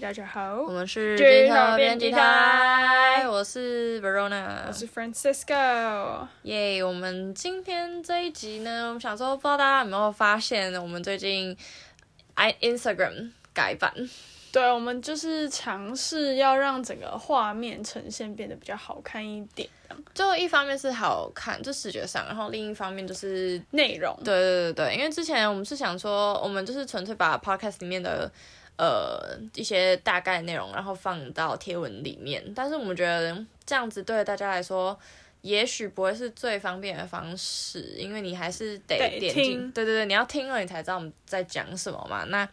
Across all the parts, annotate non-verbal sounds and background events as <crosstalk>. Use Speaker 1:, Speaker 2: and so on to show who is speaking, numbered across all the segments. Speaker 1: 大家好，
Speaker 2: 我们是
Speaker 1: 剧
Speaker 2: 剧
Speaker 1: 透
Speaker 2: 透编
Speaker 1: 编辑
Speaker 2: 辑
Speaker 1: 台
Speaker 2: 台，我是 Verona，
Speaker 1: 我是 Francisco。
Speaker 2: 耶。我们今天这一集呢，我们想说，不知道大家有没有发现，我们最近 i Instagram 改版，
Speaker 1: 对，我们就是尝试要让整个画面呈现变得比较好看一点，
Speaker 2: 就一方面是好看，就视觉上，然后另一方面就是，
Speaker 1: 内容
Speaker 2: 对对对对，因为之前我们是想说，我们就是纯粹把 podcast 里面的。呃，一些大概的内容，然后放到贴文里面。但是我们觉得这样子对大家来说，也许不会是最方便的方式，因为你还是
Speaker 1: 得
Speaker 2: 得点进
Speaker 1: 听，
Speaker 2: 对对对，你要听了你才知道我们在讲什么嘛。那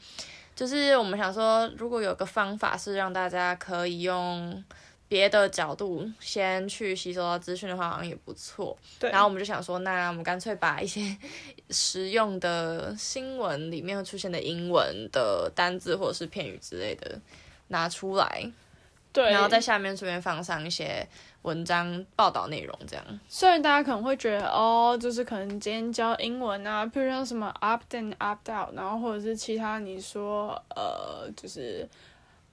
Speaker 2: 就是我们想说，如果有个方法是让大家可以用别的角度先去吸收到资讯的话，好像也不错。
Speaker 1: 对
Speaker 2: 然后我们就想说，那我们干脆把一些实用的新闻里面会出现的英文的单字或者是片语之类的拿出来，
Speaker 1: 对，
Speaker 2: 然后在下面顺便放上一些文章报道内容，这样。
Speaker 1: 虽然大家可能会觉得哦，就是可能今天教英文啊，譬如像什么 opt in opt out，然后或者是其他你说呃，就是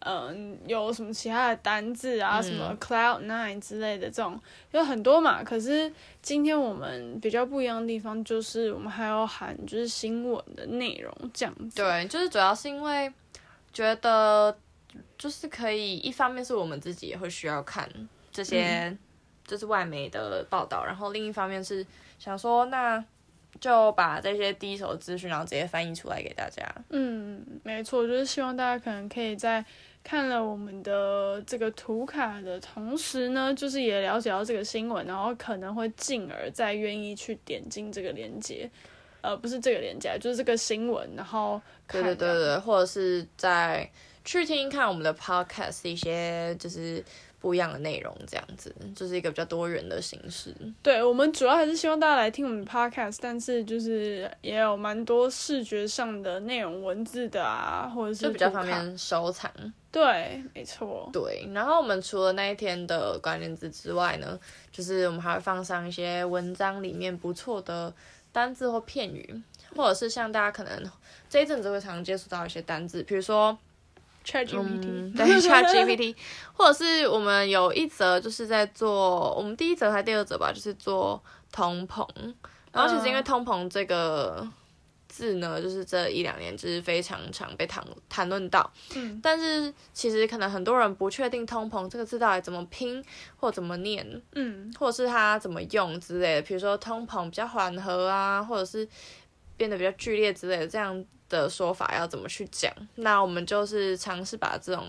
Speaker 1: 嗯、有什么其他的单字啊，什么 cloud nine 之类的这种有很多嘛。可是今天我们比较不一样的地方就是我们还有含就是新闻的内容这样子。
Speaker 2: 对，就是主要是因为觉得就是可以，一方面是我们自己也会需要看这些就是外媒的报道，然后另一方面是想说那。就把这些第一手资讯，然后直接翻译出来给大家。
Speaker 1: 嗯，没错，就是希望大家可能可以在看了我们的这个图卡的同时呢，就是也了解到这个新闻，然后可能会进而再愿意去点进这个链接，呃，不是这个链接，就是这个新闻，然后看
Speaker 2: 对对对
Speaker 1: 这样
Speaker 2: 对，或者是在去听看我们的 podcast 一些就是不一样的内容，这样子就是一个比较多元的形式。
Speaker 1: 对，我们主要还是希望大家来听我们的 podcast，但是就是也有蛮多视觉上的内容、文字的啊，或者是
Speaker 2: 就比较
Speaker 1: 图卡
Speaker 2: 方。便嗯收藏。
Speaker 1: 对，没错。
Speaker 2: 对，然后我们除了那一天的关键字之外呢，就是我们还会放上一些文章里面不错的单字或片语，或者是像大家可能这一阵子会常接触到一些单字，比如说
Speaker 1: ChatGPT，、
Speaker 2: 嗯，对 <laughs> ChatGPT，或者是我们有一则就是在做，我们第一则还是第二则吧，就是做通膨。然后其实因为
Speaker 1: 嗯
Speaker 2: 通膨这个字呢，就是这一两年就是非常常被谈谈论到。
Speaker 1: 嗯，
Speaker 2: 但是其实可能很多人不确定通膨这个字到底怎么拼或怎么念，
Speaker 1: 嗯，
Speaker 2: 或者是它怎么用之类的。比如说通膨比较缓和啊，或者是变得比较剧烈之类的，这样的说法要怎么去讲？那我们就是尝试把这种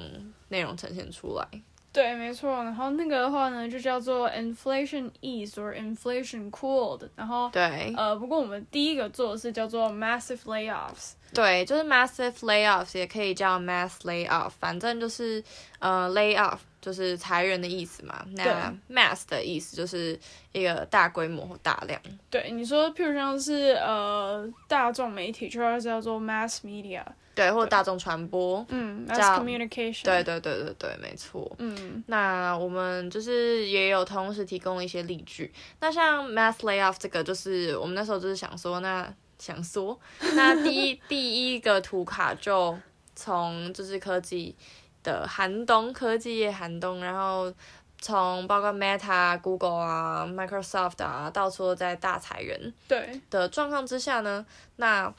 Speaker 2: 内容呈现出来。
Speaker 1: 对，没错。然后那个的话呢，就叫做 inflation ease or inflation cooled。然后
Speaker 2: 对、
Speaker 1: 呃，不过我们第一个做的是叫做 massive layoffs。
Speaker 2: 对，就是 massive layoffs 也可以叫 mass layoff，反正就是呃 layoff 就是裁员的意思嘛。那 mass 的意思就是一个大规模或大量。
Speaker 1: 对，你说，譬如像是呃大众媒体，就是叫做 mass media，
Speaker 2: 对，或者大众传播，
Speaker 1: 嗯，mass
Speaker 2: 叫
Speaker 1: communication，
Speaker 2: 对，对对对对，没错。
Speaker 1: 嗯，
Speaker 2: 那我们就是也有同时提供了一些例句。那像 mass layoff 这个，就是我们那时候就是想说，那想说，那第一 <laughs> 第一个图卡就从就是科技的寒冬，科技业寒冬，然后从包括 Meta、Google 啊、Microsoft 啊，到处都在大裁员。
Speaker 1: 对，
Speaker 2: 的状况之下呢，那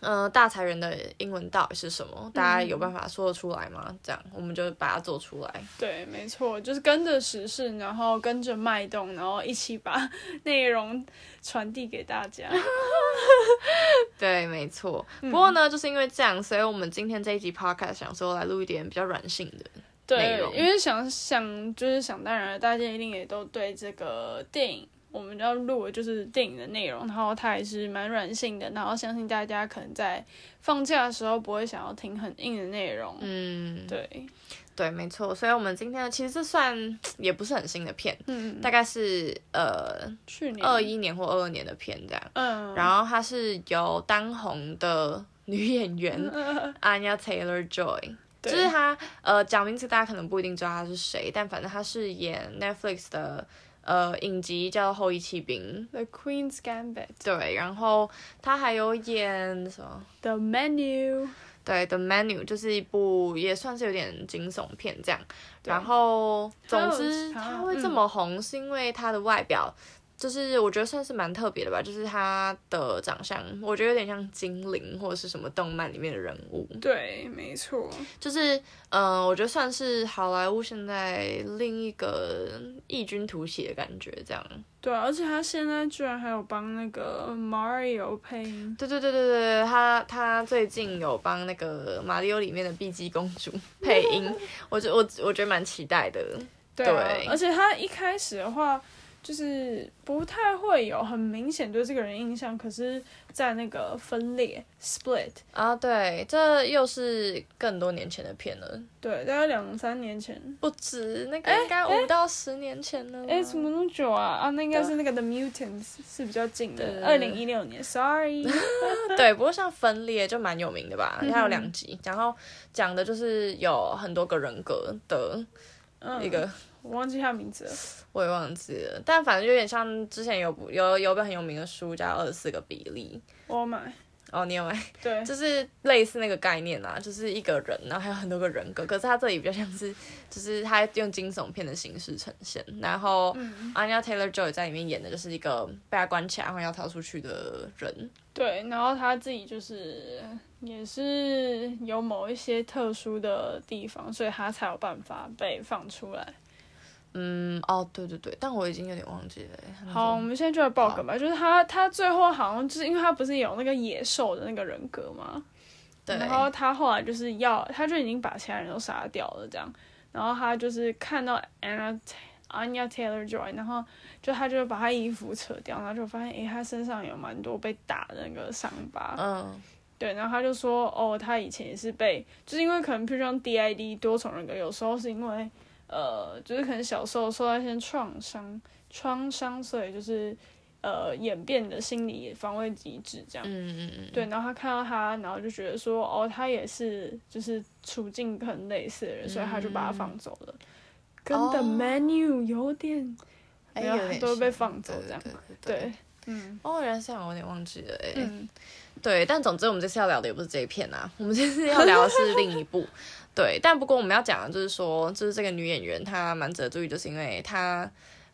Speaker 2: 呃大裁员的英文到底是什么？大家有办法说得出来吗？这样我们就把它做出来。
Speaker 1: 对，没错，就是跟着时事，然后跟着脉动，然后一起把 <laughs> 内容传递给大家。
Speaker 2: 对，没错。
Speaker 1: 嗯
Speaker 2: 不过呢，就是因为这样，所以我们今天这一集 podcast 想说来录一点比较软性的。内
Speaker 1: 对
Speaker 2: 容，
Speaker 1: 因为想想就是想当然了，大家一定也都对这个电影我们要录的就是电影的内容，然后它也是蛮软性的，然后相信大家可能在放假的时候不会想要听很硬的内容。
Speaker 2: 嗯，
Speaker 1: 对，
Speaker 2: 对，没错。所以我们今天其实这算也不是很新的片，
Speaker 1: 嗯，
Speaker 2: 大概是呃
Speaker 1: 去年
Speaker 2: 二，一年或二二年的片这样。
Speaker 1: 嗯，
Speaker 2: 然后她是由当红的女演
Speaker 1: <laughs>
Speaker 2: 员 Anya Taylor Joy。
Speaker 1: 对
Speaker 2: 就是他，呃，讲名字大家可能不一定知道他是谁，但反正他是演 Netflix 的呃影集叫《后裔骑兵
Speaker 1: The Queen's Gambit》，
Speaker 2: 对，然后他还有演什么？
Speaker 1: The Menu，
Speaker 2: 对，The Menu 就是一部也算是有点惊悚片这样。然后，总之
Speaker 1: 它有嗯
Speaker 2: 它会这么红，是因为它的外表，就是我觉得算是蛮特别的吧，就是它的长相，我觉得有点像精灵或者是什么动漫里面的人物。
Speaker 1: 对，没错，
Speaker 2: 就是，嗯、我觉得算是好莱坞现在另一个异军突起的感觉，这样。
Speaker 1: 对，啊而且他现在居然还有帮那个 Mario 配音，
Speaker 2: 对对对对对，他他最近有帮那个《马里奥》里面的碧姬公 <laughs> 主配音，我觉我我觉得蛮期待的。
Speaker 1: 对啊
Speaker 2: 对
Speaker 1: 而且他一开始的话。就是不太会有很明显对这个人印象，可是，在那个分裂 split，
Speaker 2: 啊，对，这又是更多年前的片了，
Speaker 1: 对，大概两三年前，
Speaker 2: 不止那个应该五到十年前了吧。
Speaker 1: 哎，怎么那么久啊？啊，那应该
Speaker 2: 嗯对
Speaker 1: 是那个 The Mutants 是比较近的，二
Speaker 2: 对
Speaker 1: 零一六年，sorry。
Speaker 2: <laughs> 对，不过像分裂就蛮有名的吧，
Speaker 1: 嗯哼
Speaker 2: 它有两集，然后讲的就是有很多个人格的
Speaker 1: 嗯
Speaker 2: 一个，
Speaker 1: 我忘记他名字了。
Speaker 2: 我也忘记了，但反正有点像之前有部有有本很有名的书叫《二十四个比例
Speaker 1: 我要买，》，
Speaker 2: 哦，你有没？
Speaker 1: 对，
Speaker 2: 就是类似那个概念啊，就是一个人，然后还有很多个人格，可是他这里比较像是，就是他用惊悚片的形式呈现，然后、Anya
Speaker 1: 嗯
Speaker 2: Taylor Joy 在里面演的就是一个被他关起来，然后要逃出去的人，
Speaker 1: 对，然后他自己就是也是有某一些特殊的地方，所以他才有办法被放出来。
Speaker 2: 嗯，哦，对对对，但我已经有点忘记了。他那时候
Speaker 1: 好，我，们现在就来爆梗吧，就是他他最后好像就是因为他不是有那个野兽的那个人格吗？
Speaker 2: 对，
Speaker 1: 然后他后来就是要，他就已经把其他人都杀掉了，这样。然后他就是看到 Anna Anya Taylor Joy，然后就他就把他衣服扯掉，然后就发现，诶，他身上有蛮多被打的那个伤疤。
Speaker 2: 嗯，
Speaker 1: 对，然后他就说，哦，他以前也是被，就是因为可能譬如像 DID 多重人格，有时候是因为，呃，就是可能小时候受到一些创伤，创伤，所以就是，呃，演变的心理防卫机制这样。
Speaker 2: 嗯嗯嗯，
Speaker 1: 对，然后他看到他，然后就觉得说，哦，他也是就是处境很类似的人，所以他就把他放走了，
Speaker 2: 嗯
Speaker 1: 跟
Speaker 2: 哦
Speaker 1: The Menu 有点，
Speaker 2: 哎，
Speaker 1: 没有
Speaker 2: 有点
Speaker 1: 都被
Speaker 2: 像
Speaker 1: 放走
Speaker 2: 对
Speaker 1: 这样
Speaker 2: 对对
Speaker 1: 对，嗯
Speaker 2: 哦，原来是这样，我有点忘记了，哎、
Speaker 1: 嗯，
Speaker 2: 对，但总之我们这次要聊的也不是这一片啊，我们这次要聊的是另一部。对，但不过我们要讲的就是说，就是这个女演员她蛮值得注意，就是因为她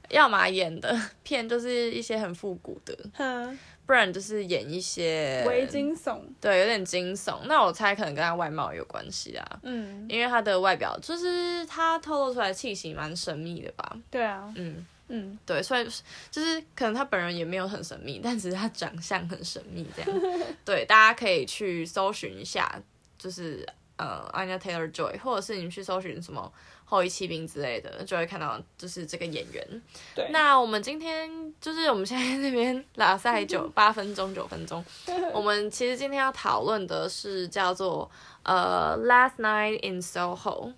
Speaker 2: 要么演的 <laughs> 片就是一些很复古的，
Speaker 1: 哼，
Speaker 2: 不然就是演一些
Speaker 1: 嗯微惊悚，
Speaker 2: 对，有点惊悚。那我猜可能跟她外貌有关系啊，
Speaker 1: 嗯，
Speaker 2: 因为她的外表就是她透露出来的气息蛮神秘的吧，
Speaker 1: 对啊，
Speaker 2: 嗯。
Speaker 1: 嗯，
Speaker 2: 对，虽然是就是可能他本人也没有很神秘，但只是他长相很神秘这样。对，大家可以去搜寻一下，就是呃，Anya Taylor Joy，或者是你去搜寻什么后裔骑兵之类的，就会看到就是这个演员。
Speaker 1: 对，
Speaker 2: 那我们今天就是我们现在那边拉塞九八分钟九分钟，我们其实今天要讨论的是叫做呃《Last Night in Soho》。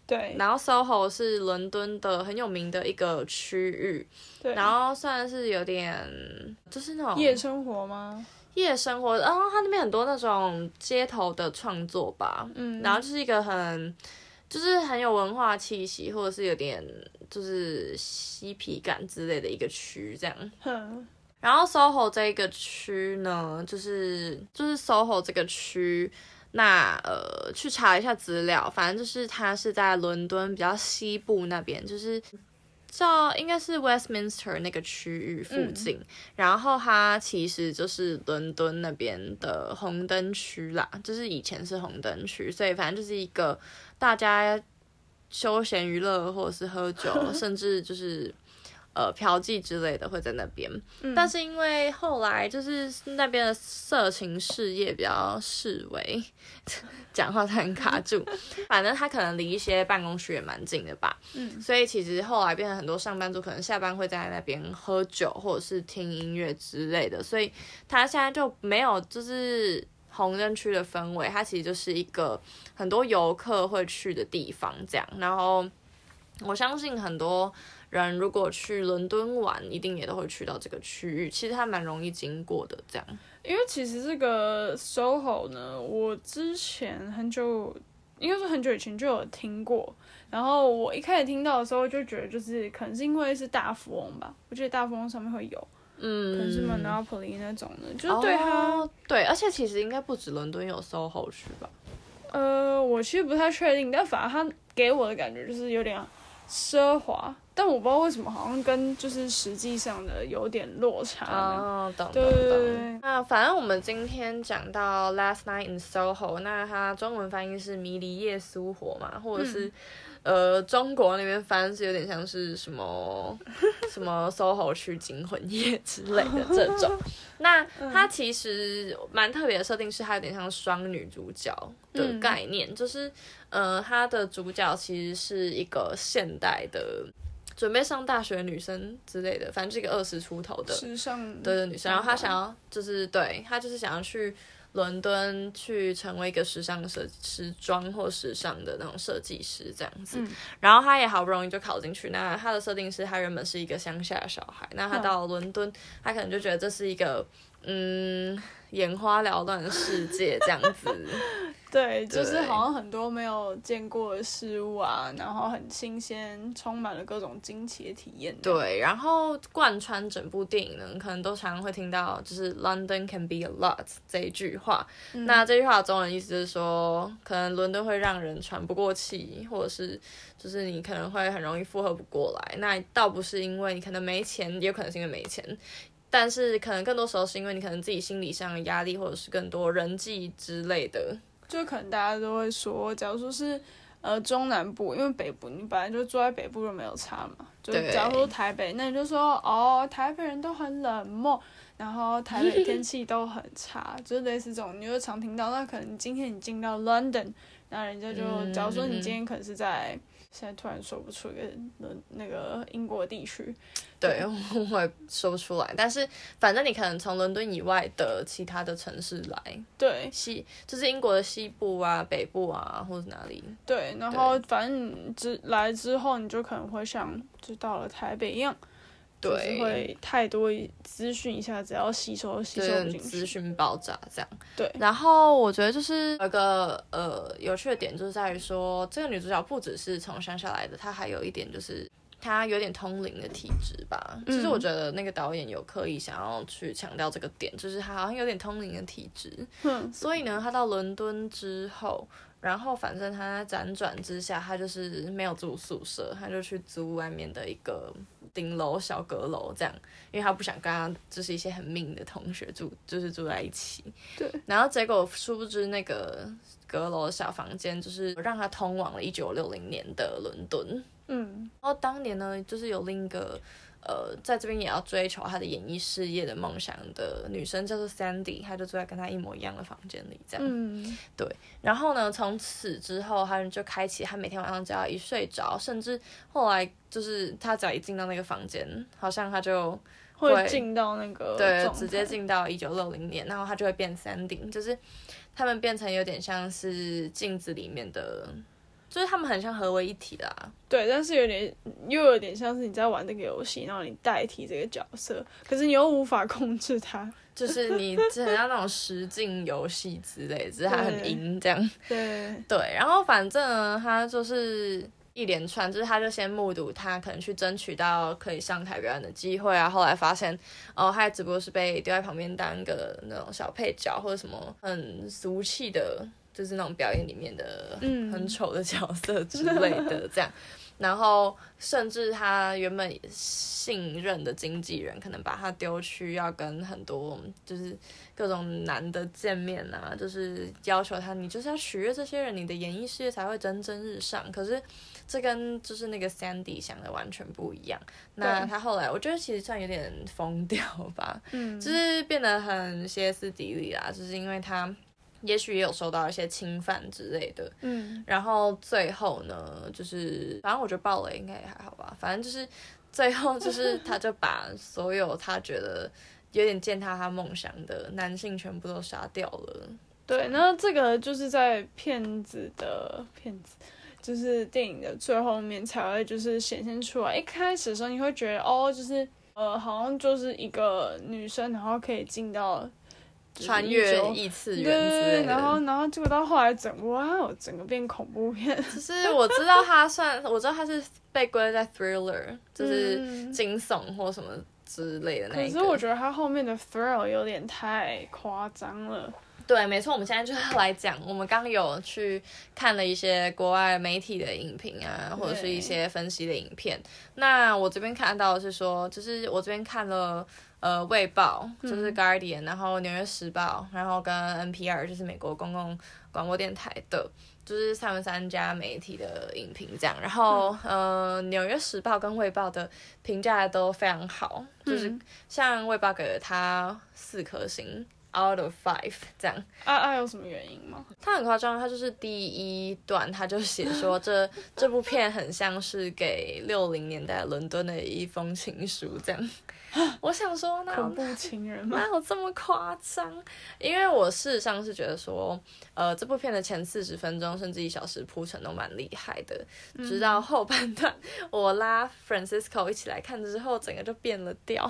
Speaker 1: 对，
Speaker 2: 然后 SOHO 是伦敦的很有名的一个区域，
Speaker 1: 对，
Speaker 2: 然后算是有点就是那种
Speaker 1: 夜生活吗？
Speaker 2: 夜生活，然后它那边很多那种街头的创作吧，
Speaker 1: 嗯，
Speaker 2: 然后就是一个很就是很有文化气息，或者是有点就是嬉皮感之类的一个区这样。
Speaker 1: 哼，
Speaker 2: 然后 SOHO 这一个区呢，就是就是 SOHO 这个区，那呃去查一下资料，反正就是它是在伦敦比较西部那边，就是叫应该是 Westminster 那个区域附近。然后它其实就是伦敦那边的红灯区啦，就是以前是红灯区，所以反正就是一个大家休闲娱乐或者是喝酒，甚至就是。呃，嫖妓之类的会在那边，
Speaker 1: 嗯
Speaker 2: 但是因为后来就是那边的色情事业比较示威， <laughs> 讲话很卡住。反正他可能离一些办公区也蛮近的吧，
Speaker 1: 嗯，
Speaker 2: 所以其实后来变成很多上班族可能下班会在那边喝酒或者是听音乐之类的，所以他现在就没有就是红灯区的氛围，它其实就是一个很多游客会去的地方这样。然后我相信很多人如果去伦敦玩，一定也都会去到这个区域，其实它蛮容易经过的这样。
Speaker 1: 因为其实这个 SOHO 呢，我之前很久，应该是很久以前就有听过。然后我一开始听到的时候就觉得，就是可能是因为是大富翁吧，我记得大富翁上面会有，可能是
Speaker 2: 嗯，哦
Speaker 1: Monopoly 那种的，就是对它，
Speaker 2: 哦对，而且其实应该不止伦敦有 SOHO 区吧？
Speaker 1: 呃，我其实不太确定，但反正它给我的感觉就是有点奢华，但我不知道为什么好像跟就是实际上的有点落差呢。
Speaker 2: 哦，懂
Speaker 1: 对
Speaker 2: 懂
Speaker 1: 对对
Speaker 2: 懂。那反正我们今天讲到《Last Night in Soho》，那它中文翻译是《迷离夜苏活》嘛，或者是、呃中国那边翻是有点像是什 <laughs> 么什么 SOHO 区惊魂夜之类的这 <laughs> 种。那它其实蛮特别的设定是，它有点像双女主角的
Speaker 1: 嗯
Speaker 2: 概念，就是呃它的主角其实是一个现代的。准备上大学的女生之类的，反正是一个二十出头的
Speaker 1: 时尚
Speaker 2: 对的女嗯生，然后她想要就是对她就是想要去伦敦去成为一个时尚的设时装或时尚的那种设计师这样子，
Speaker 1: 嗯
Speaker 2: 然后她也好不容易就考进去。那她的设定是她原本是一个乡下的小孩，那她
Speaker 1: 嗯
Speaker 2: 到伦敦，她可能就觉得这是一个嗯眼花缭乱的世界这样子。
Speaker 1: 对，就是
Speaker 2: 对
Speaker 1: 好像很多没有见过的事物啊，然后很新鲜，充满了各种惊奇的体验。，
Speaker 2: 对，然后贯穿整部电影呢，可能都常常会听到就是 “London can be a lot” 这一句话。那这句话的中文意思是说，可能伦敦会让人喘不过气，或者是就是你可能会很容易负荷不过来。那倒不是因为你可能没钱，也有可能是因为没钱。但是可能更多时候是因为你可能自己心理上的压力，或者是更多人际之类的，
Speaker 1: 就可能大家都会说，假如说是呃中南部，因为北部你本来就住在北部就没有差嘛。就
Speaker 2: 对
Speaker 1: 假如说台北，那你就说哦，台北人都很冷漠，然后台北天气都很差， <laughs> 就是类似这种，你就常听到。那可能今天你进到 London，那人家就，
Speaker 2: 嗯
Speaker 1: 假如说你
Speaker 2: 嗯
Speaker 1: 今天可能是在。现在突然说不出一个伦那个英国地区，
Speaker 2: 对，我也说不出来。但是反正你可能从伦敦以外的其他的城市来，
Speaker 1: 对，
Speaker 2: 西，就是英国的西部啊、北部啊，或者哪里。
Speaker 1: 对，然后反正你之来之后，你就可能会像就到了台北一样，就是
Speaker 2: 对，
Speaker 1: 会太多资讯一下，只要吸收吸
Speaker 2: 就
Speaker 1: 收不
Speaker 2: 是
Speaker 1: 进
Speaker 2: 资
Speaker 1: 去。
Speaker 2: 讯爆炸这样。
Speaker 1: 对
Speaker 2: 然后我觉得就是有一个呃有趣的点，就是在于说这个女主角不只是从乡下来的，她还有一点就是。她有点通灵的体质吧，其实我觉得那个导演有刻意想要去强调这个点，就是她好像有点通灵的体质，
Speaker 1: 哼，
Speaker 2: 所以呢，她到伦敦之后，然后反正她辗转之下，她就是没有住宿舍，她就去租外面的一个顶楼小阁楼这样，因为她不想跟她就是一些很命的同学住，就是住在一起。
Speaker 1: 对。
Speaker 2: 然后结果殊不知那个阁楼的小房间，就是让她通往了一九六零年的伦敦。
Speaker 1: 嗯，
Speaker 2: 然后当年呢，就是有另一个呃，在这边也要追求她的演艺事业的梦想的女生，叫做 Sandy，她就住在跟她一模一样的房间里，这样。
Speaker 1: 嗯，
Speaker 2: 然后呢，从此之后，她就开启她每天晚上只要一睡着，甚至后来就是她只要一进到那个房间，好像她就
Speaker 1: 会
Speaker 2: 会
Speaker 1: 进到那个
Speaker 2: 对
Speaker 1: 状态
Speaker 2: 直接。进到一九六零年，然后她就会变 Sandy，就是他们变成有点像是镜子里面的，就是他们很像合为一体啊啦。
Speaker 1: 对，但是有点又有点像是你在玩这个游戏，然后你代替这个角色，可是你又无法控制他。
Speaker 2: 就是你就很像那种实境游戏之类，只是它很阴这样。
Speaker 1: 对，
Speaker 2: 对，然后反正呢，他就是一连串，就是他就先目睹他可能去争取到可以上台表演的机会啊，后来发现哦，他也只不过是被丢在旁边当一个那种小配角或者什么很俗气的，就是那种表演里面的
Speaker 1: 嗯
Speaker 2: 很丑的角色之类的这样。然后，甚至他原本信任的经纪人，可能把他丢去要跟很多就是各种男的见面啊，就是要求他，你就是要取悦这些人，你的演艺事业才会蒸蒸日上。可是这跟就是那个 Sandy 想的完全不一样。那
Speaker 1: 对
Speaker 2: 他后来，我觉得其实算有点疯掉吧，
Speaker 1: 嗯，
Speaker 2: 就是变得很歇斯底里啦，就是因为他也许也有受到一些侵犯之类的。
Speaker 1: 嗯，
Speaker 2: 然后最后呢，就是反正我觉得爆雷应该也还好吧，反正就是最后就是他就把所有他觉得有点践踏他梦想的男性全部都杀掉了。
Speaker 1: 对。那这个就是在骗子的骗子，就是电影的最后面才会就是显现出来。一开始的时候你会觉得哦，就是呃，好像就是一个女生，然后可以进到就是
Speaker 2: 穿
Speaker 1: 一
Speaker 2: 越
Speaker 1: 九
Speaker 2: 异次
Speaker 1: 对
Speaker 2: 元之类的，
Speaker 1: 对，然
Speaker 2: <laughs>
Speaker 1: 后然后结果到后来整哇哦，整个变恐怖片，
Speaker 2: 就是我知道他算，我知道他是被归类在 thriller，就是
Speaker 1: 嗯
Speaker 2: 惊悚或什么之类的那
Speaker 1: 可
Speaker 2: 一
Speaker 1: 是
Speaker 2: 个。
Speaker 1: 我觉得它后面的 thrill 有点太夸张了，
Speaker 2: 对，没错，我们现在就要来讲，我们刚有去看了一些国外媒体的影评啊，或者是一些分析的影片。那我这边看到的是说，就是我这边看了呃《卫报》，就是 Guardian，、然后《纽约时报》，然后跟 NPR，就是美国公共广播电台的，就是他们三家媒体的影评这样。然后、呃，《纽约时报》跟《卫报》的评价都非常好，就是
Speaker 1: 嗯
Speaker 2: 像《卫报》给了他四颗星。Out of five 这样，
Speaker 1: 啊啊，有什么原因吗？
Speaker 2: <laughs> 他很夸张，他就是第一段他就写
Speaker 1: <laughs>
Speaker 2: 说这这部片很像是给六零年代伦敦的一封情书这
Speaker 1: <laughs>
Speaker 2: 样。我想说，那
Speaker 1: 恐怖情人吗？
Speaker 2: 哪有这么夸张？因为我事实上是觉得说，呃，这部片的前四十分钟甚至一小时铺陈都蛮厉害的，直到后半段我拉 Francisco 一起来看之后，整个就变了调。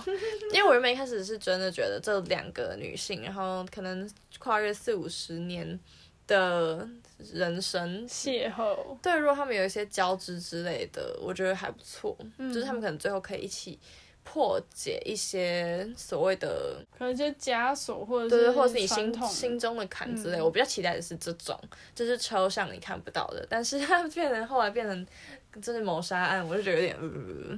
Speaker 2: 因为我原本一开始是真的觉得这两个女性，然后可能跨越四五十年的人生。
Speaker 1: 邂逅，
Speaker 2: 对，如果他们有一些交织之类的，我觉得还不错。
Speaker 1: 嗯
Speaker 2: 就是他们可能最后可以一起破解一些所谓的
Speaker 1: 可能就枷锁或者
Speaker 2: 对对，
Speaker 1: 是
Speaker 2: 或者是你
Speaker 1: 传
Speaker 2: 心
Speaker 1: 统
Speaker 2: 心中的坎之类，
Speaker 1: 嗯
Speaker 2: 我比较期待的是这种，就是抽象你看不到的，但是 <laughs> 它变成后来变成真的谋杀案，我就觉得有点、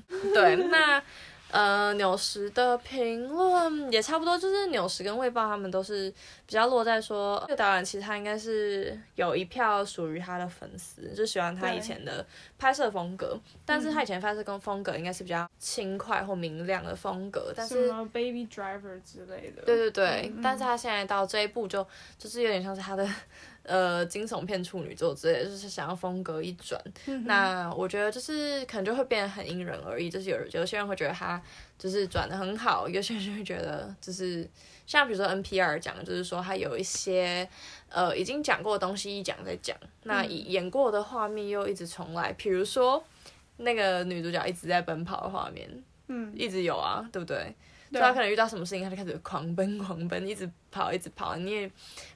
Speaker 2: 呃、对。那呃，纽时的评论也差不多，就是纽时跟卫报他们都是比较落在说，这个导演其实他应该是有一票属于他的粉丝，就喜欢他
Speaker 1: 对嗯
Speaker 2: 以前的拍摄风格，但是他以前拍摄跟风格应该是比较轻快或明亮的风格，但
Speaker 1: 什
Speaker 2: 是
Speaker 1: 么 Baby Driver 之类的。
Speaker 2: 对对对，
Speaker 1: 嗯
Speaker 2: 但是他现在到这一步就就是有点像是他的 <laughs> 呃惊悚片处女作之类的，就是想要风格一转。
Speaker 1: 嗯哼
Speaker 2: 那我觉得就是可能就会变得很因人而异，就是有有些人会觉得他就是转的很好，有些人就会觉得就是像比如说 NPR 讲的，就是说他有一些呃已经讲过的东西一讲再讲，
Speaker 1: 嗯
Speaker 2: 那以演过的画面又一直重来，比如说那个女主角一直在奔跑的画面，
Speaker 1: 嗯，
Speaker 2: 一直有啊，对不对？就
Speaker 1: 对
Speaker 2: 他
Speaker 1: 啊
Speaker 2: 可能遇到什么事情，他就开始狂奔、狂奔，一直跑、一直跑，你也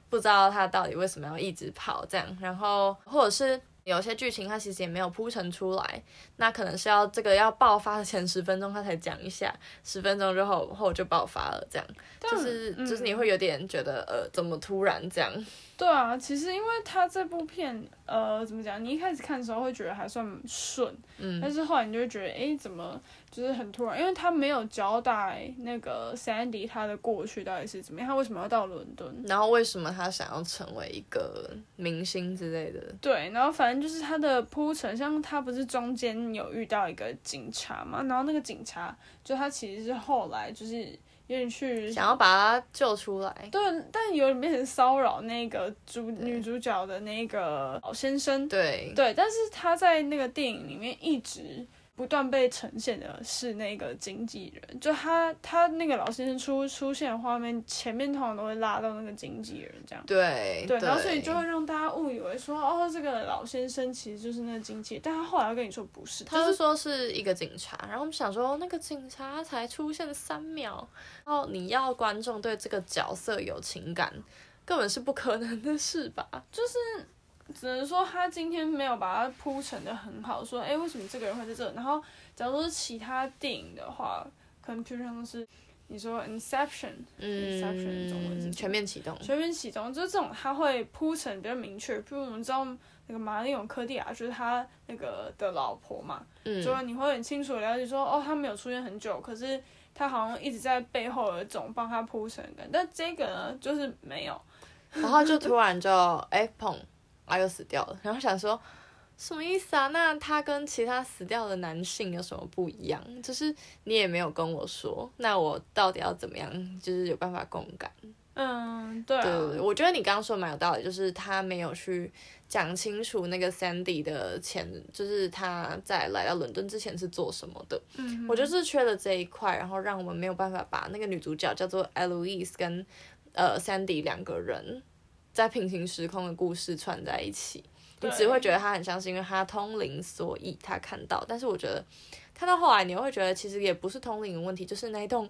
Speaker 2: 不知道他到底为什么要一直跑这样。然后或者是有些剧情他其实也没有铺陈出来，那可能是要这个要爆发的前十分钟他才讲一下，十分钟之后后就爆发了这样。
Speaker 1: 但
Speaker 2: 就是
Speaker 1: 嗯
Speaker 2: 就是你会有点觉得呃怎么突然这样？
Speaker 1: 对啊，其实因为他这部片，呃，怎么讲？你一开始看的时候会觉得还算顺，
Speaker 2: 嗯
Speaker 1: 但是后来你就会觉得，诶，怎么就是很突然？因为他没有交代那个 Sandy 他的过去到底是怎么样，他为什么要到伦敦？
Speaker 2: 然后为什么他想要成为一个明星之类的？
Speaker 1: 对，然后反正就是他的铺陈，像他不是中间有遇到一个警察嘛，然后那个警察就他其实是后来就是有点去
Speaker 2: 想要把他救出来？
Speaker 1: 对，但有点变成骚扰那个主女主角的那个老先生。
Speaker 2: 对，
Speaker 1: 对，但是他在那个电影里面一直不断被呈现的是那个经纪人，就他他那个老先生出出现的画面，前面通常都会拉到那个经纪人这样。
Speaker 2: 对
Speaker 1: 对，然后所以就会让大家误以为说，哦，这个老先生其实就是那个经纪人，但他后来又跟你说不是，
Speaker 2: 他
Speaker 1: 就是是
Speaker 2: 说是一个警察，然后我们想说那个警察才出现三秒，然后你要观众对这个角色有情感，根本是不可能的事吧？
Speaker 1: 只能说他今天没有把它铺陈的很好，说，哎，为什么这个人会在这？然后，假如说是其他电影的话，可能譬如像是你说《Inception》Inception 嗯中文是什
Speaker 2: 嗯，
Speaker 1: 么
Speaker 2: 全面启动
Speaker 1: 《全面启动》，就是这种他会铺陈比较明确，譬如我们知道那个马里永科蒂亚就是他那个的老婆嘛，
Speaker 2: 嗯，
Speaker 1: 就是你会很清楚地了解说，哦，他没有出现很久，可是他好像一直在背后有一种帮他铺陈感，但这个呢，就是没有。
Speaker 2: 然后就突然就哎砰，啊又死掉了，然后想说什么意思啊？那他跟其他死掉的男性有什么不一样？就是你也没有跟我说，那我到底要怎么样，就是有办法共感？
Speaker 1: 嗯，对啊，
Speaker 2: 对对对，我觉得你刚刚说的蛮有道理，就是他没有去讲清楚那个 Sandy 的前，就是他在来到伦敦之前是做什么的。
Speaker 1: 嗯哼
Speaker 2: 我觉得是缺了这一块，然后让我们没有办法把那个女主角叫做 Eloise 跟呃 Sandy 两个人在平行时空的故事串在一起。你
Speaker 1: 对
Speaker 2: 只会觉得她很像是因为她通灵，所以她看到。但是我觉得看到后来，你又会觉得其实也不是通灵的问题，就是那一栋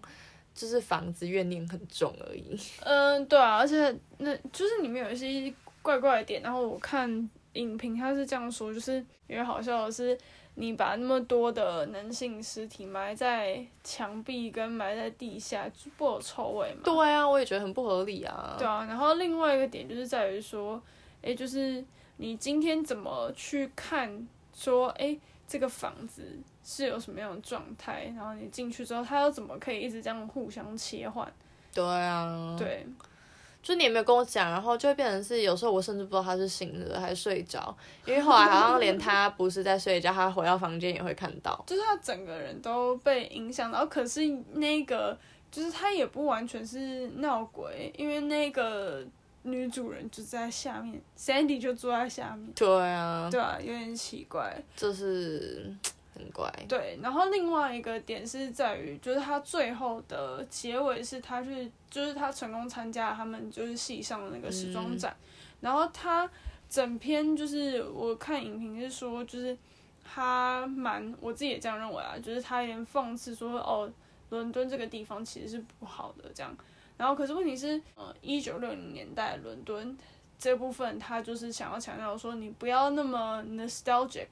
Speaker 2: 就是房子怨念很重而已。
Speaker 1: 嗯，对啊，而且那就是里面有一些怪怪的点，然后我看影评他是这样说，就是有点好笑的是，你把那么多的男性尸体埋在墙壁跟埋在地下，就不会有臭味嘛？
Speaker 2: 对啊，我也觉得很不合理啊。
Speaker 1: 对啊，然后另外一个点就是在于说，诶，就是你今天怎么去看说，诶，这个房子是有什么样的状态，然后你进去之后，它又怎么可以一直这样互相切换？
Speaker 2: 对啊，
Speaker 1: 对，
Speaker 2: 就是你也没有跟我讲，然后就会变成是有时候我甚至不知道他是醒了还是睡着，因为后来好像连他不是在睡觉，他回到房间也会看到。
Speaker 1: 就是他整个人都被影响到，可是那个就是他也不完全是闹鬼，因为那个女主人就在下面，Sandy 就坐在下面，
Speaker 2: 对啊，
Speaker 1: 对啊，有点奇怪。
Speaker 2: 就是很怪。
Speaker 1: 对，然后另外一个点是在于，就是他最后的结尾是他去，就是他成功参加了他们就是系上的那个时装展，然后他整篇就是我看影评是说，就是他蛮我自己也这样认为啊，就是他也讽刺说哦，伦敦这个地方其实是不好的这样，然后可是问题是，呃，一九六零年代的伦敦这部分，他就是想要强调说，你不要那么 nostalgic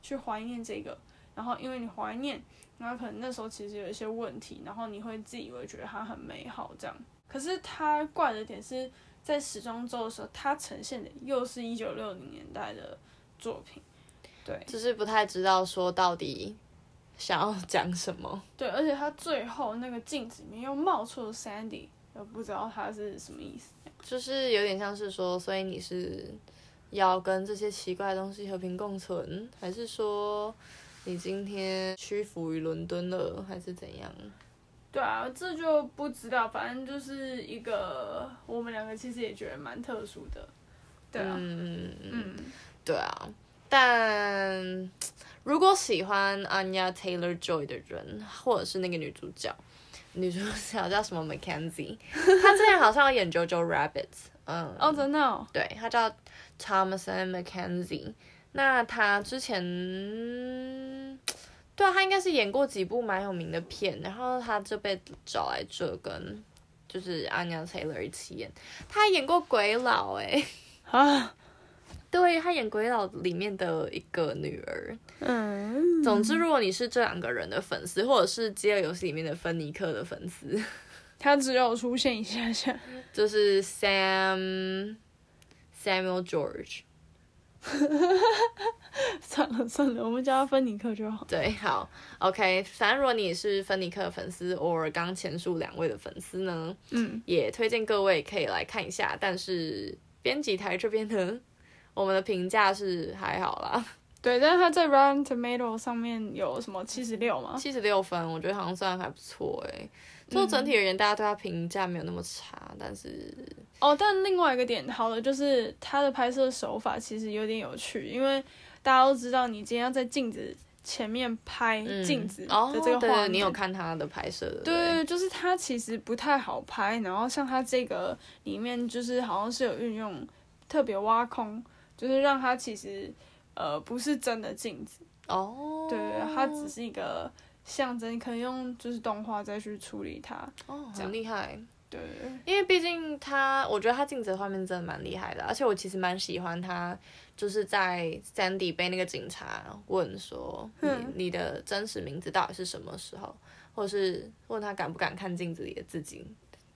Speaker 1: 去怀念这个。然后因为你怀念，然后可能那时候其实有一些问题，然后你会自以为觉得它很美好这样。可是它怪的点是在时装周的时候，它呈现的又是一九六零年代的作品，对
Speaker 2: 就是不太知道说到底想要讲什么。 <laughs>
Speaker 1: 对，而且它最后那个镜子里面又冒出了 Sandy，我不知道它是什么意思。
Speaker 2: 就是有点像是说，所以你是要跟这些奇怪的东西和平共存，还是说你今天屈服于伦敦了，还是怎样？
Speaker 1: 对啊，这就不知道，反正就是一个我们两个其实也觉得蛮特殊的，对啊，
Speaker 2: 嗯嗯，
Speaker 1: 嗯
Speaker 2: 对啊。但如果喜欢 Anya Taylor Joy 的人，或者是那个女主角，女主角叫什么 Mackenzie，她之前好像有演《JoJo Rabbit》，嗯，
Speaker 1: 哦，真的哦，
Speaker 2: 对，他叫 Thomas and Mackenzie。那他之前，对啊，他应该是演过几部蛮有名的片，然后他就被找来这跟就是阿 n Taylor 一起演。他还演过《鬼佬》哎，
Speaker 1: 啊，
Speaker 2: 对他演《鬼佬》里面的一个女儿。
Speaker 1: 嗯，
Speaker 2: 总之，如果你是这两个人的粉丝，或者是《饥饿游戏》里面的芬尼克的粉丝，
Speaker 1: 它只有出现一下下。
Speaker 2: 就是 Sam Samuel George。
Speaker 1: 算了算了，我们叫他芬尼克就好。
Speaker 2: 对，好，OK，反正如果你是芬尼克的粉丝，偶尔刚前述两位的粉丝呢，
Speaker 1: 嗯，
Speaker 2: 也推荐各位可以来看一下。但是编辑台这边呢，我们的评价是还好啦，
Speaker 1: 对，但是他在 Rotten Tomato 上面有什么七十六吗？
Speaker 2: 七十六分，我觉得好像算还不错诶、
Speaker 1: 嗯
Speaker 2: 就整体而言，大家对他评价没有那么差，但是
Speaker 1: 哦，但另外一个点好的就是他的拍摄手法其实有点有趣，因为大家都知道你今天要在镜子前面拍
Speaker 2: 嗯
Speaker 1: 镜子
Speaker 2: 哦，
Speaker 1: 的这个
Speaker 2: 对
Speaker 1: 画面，
Speaker 2: 你有看他的拍摄的？不
Speaker 1: 对，就是它其实不太好拍，然后像它这个里面就是好像是有运用特别挖空，就是让它其实呃不是真的镜子，
Speaker 2: 哦，
Speaker 1: 对，啊它只是一个象征，可以用就是动画再去处理它。
Speaker 2: 哦，
Speaker 1: 这样
Speaker 2: 很厉害。
Speaker 1: 对，
Speaker 2: 因为毕竟他，我觉得他镜子的画面真的蛮厉害的，而且我其实蛮喜欢他，就是在 Sandy 被那个警察问说你
Speaker 1: 嗯
Speaker 2: 你的真实名字到底是什么时候，或者是问他敢不敢看镜子里的自己，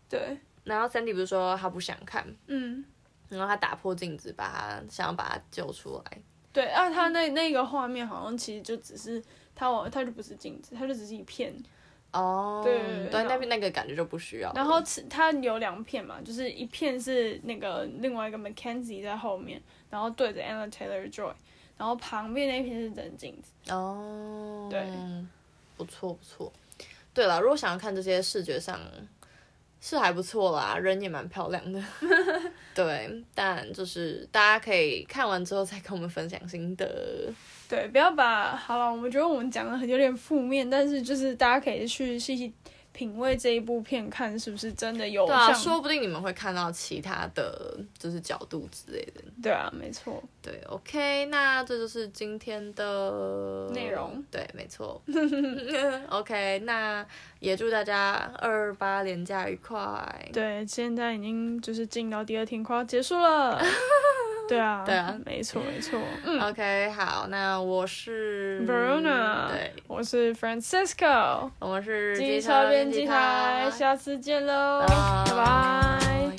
Speaker 1: 对，
Speaker 2: 然后 Sandy 不是说他不想看，
Speaker 1: 嗯，
Speaker 2: 然后他打破镜子，把他想要把他救出来，
Speaker 1: 对。啊，它那那个画面好像其实就只是它往，它就不是镜子，它就只是一片。
Speaker 2: 哦
Speaker 1: 对
Speaker 2: 对，
Speaker 1: 然后
Speaker 2: 那边那个感觉就不需要了，
Speaker 1: 然后其它有两片嘛，就是一片是那个另外一个 Mackenzie 在后面，然后对着 Anna Taylor Joy，然后旁边那一片是真镜子。
Speaker 2: 哦，
Speaker 1: 对，
Speaker 2: 不错不错。对了，如果想要看这些视觉上是还不错啦，人也蛮漂
Speaker 1: <laughs>
Speaker 2: 亮的。对，但就是大家可以看完之后再跟我们分享心得。
Speaker 1: 对，不要把好了，我们觉得我们讲的很有点负面，但是就是大家可以去细细品味这一部片，看是不是真的有
Speaker 2: 对啊，
Speaker 1: 像
Speaker 2: 说不定你们会看到其他的就是角度之类的。
Speaker 1: 对啊，没错。
Speaker 2: 对，OK，那这就是今天的
Speaker 1: 内容。
Speaker 2: 对，没错。OK，那嗯也祝大家二八连假愉快。 <laughs>
Speaker 1: 对，现在已经就是进到第二天，快要结束了。对啊，
Speaker 2: 对啊
Speaker 1: 没错没错，嗯
Speaker 2: OK，好，那我是
Speaker 1: Verona
Speaker 2: 嗯对，
Speaker 1: 我是 Francisco，
Speaker 2: 我们是
Speaker 1: 机车编
Speaker 2: 机啊
Speaker 1: 辑台，下次见喽，
Speaker 2: 拜
Speaker 1: 拜拜。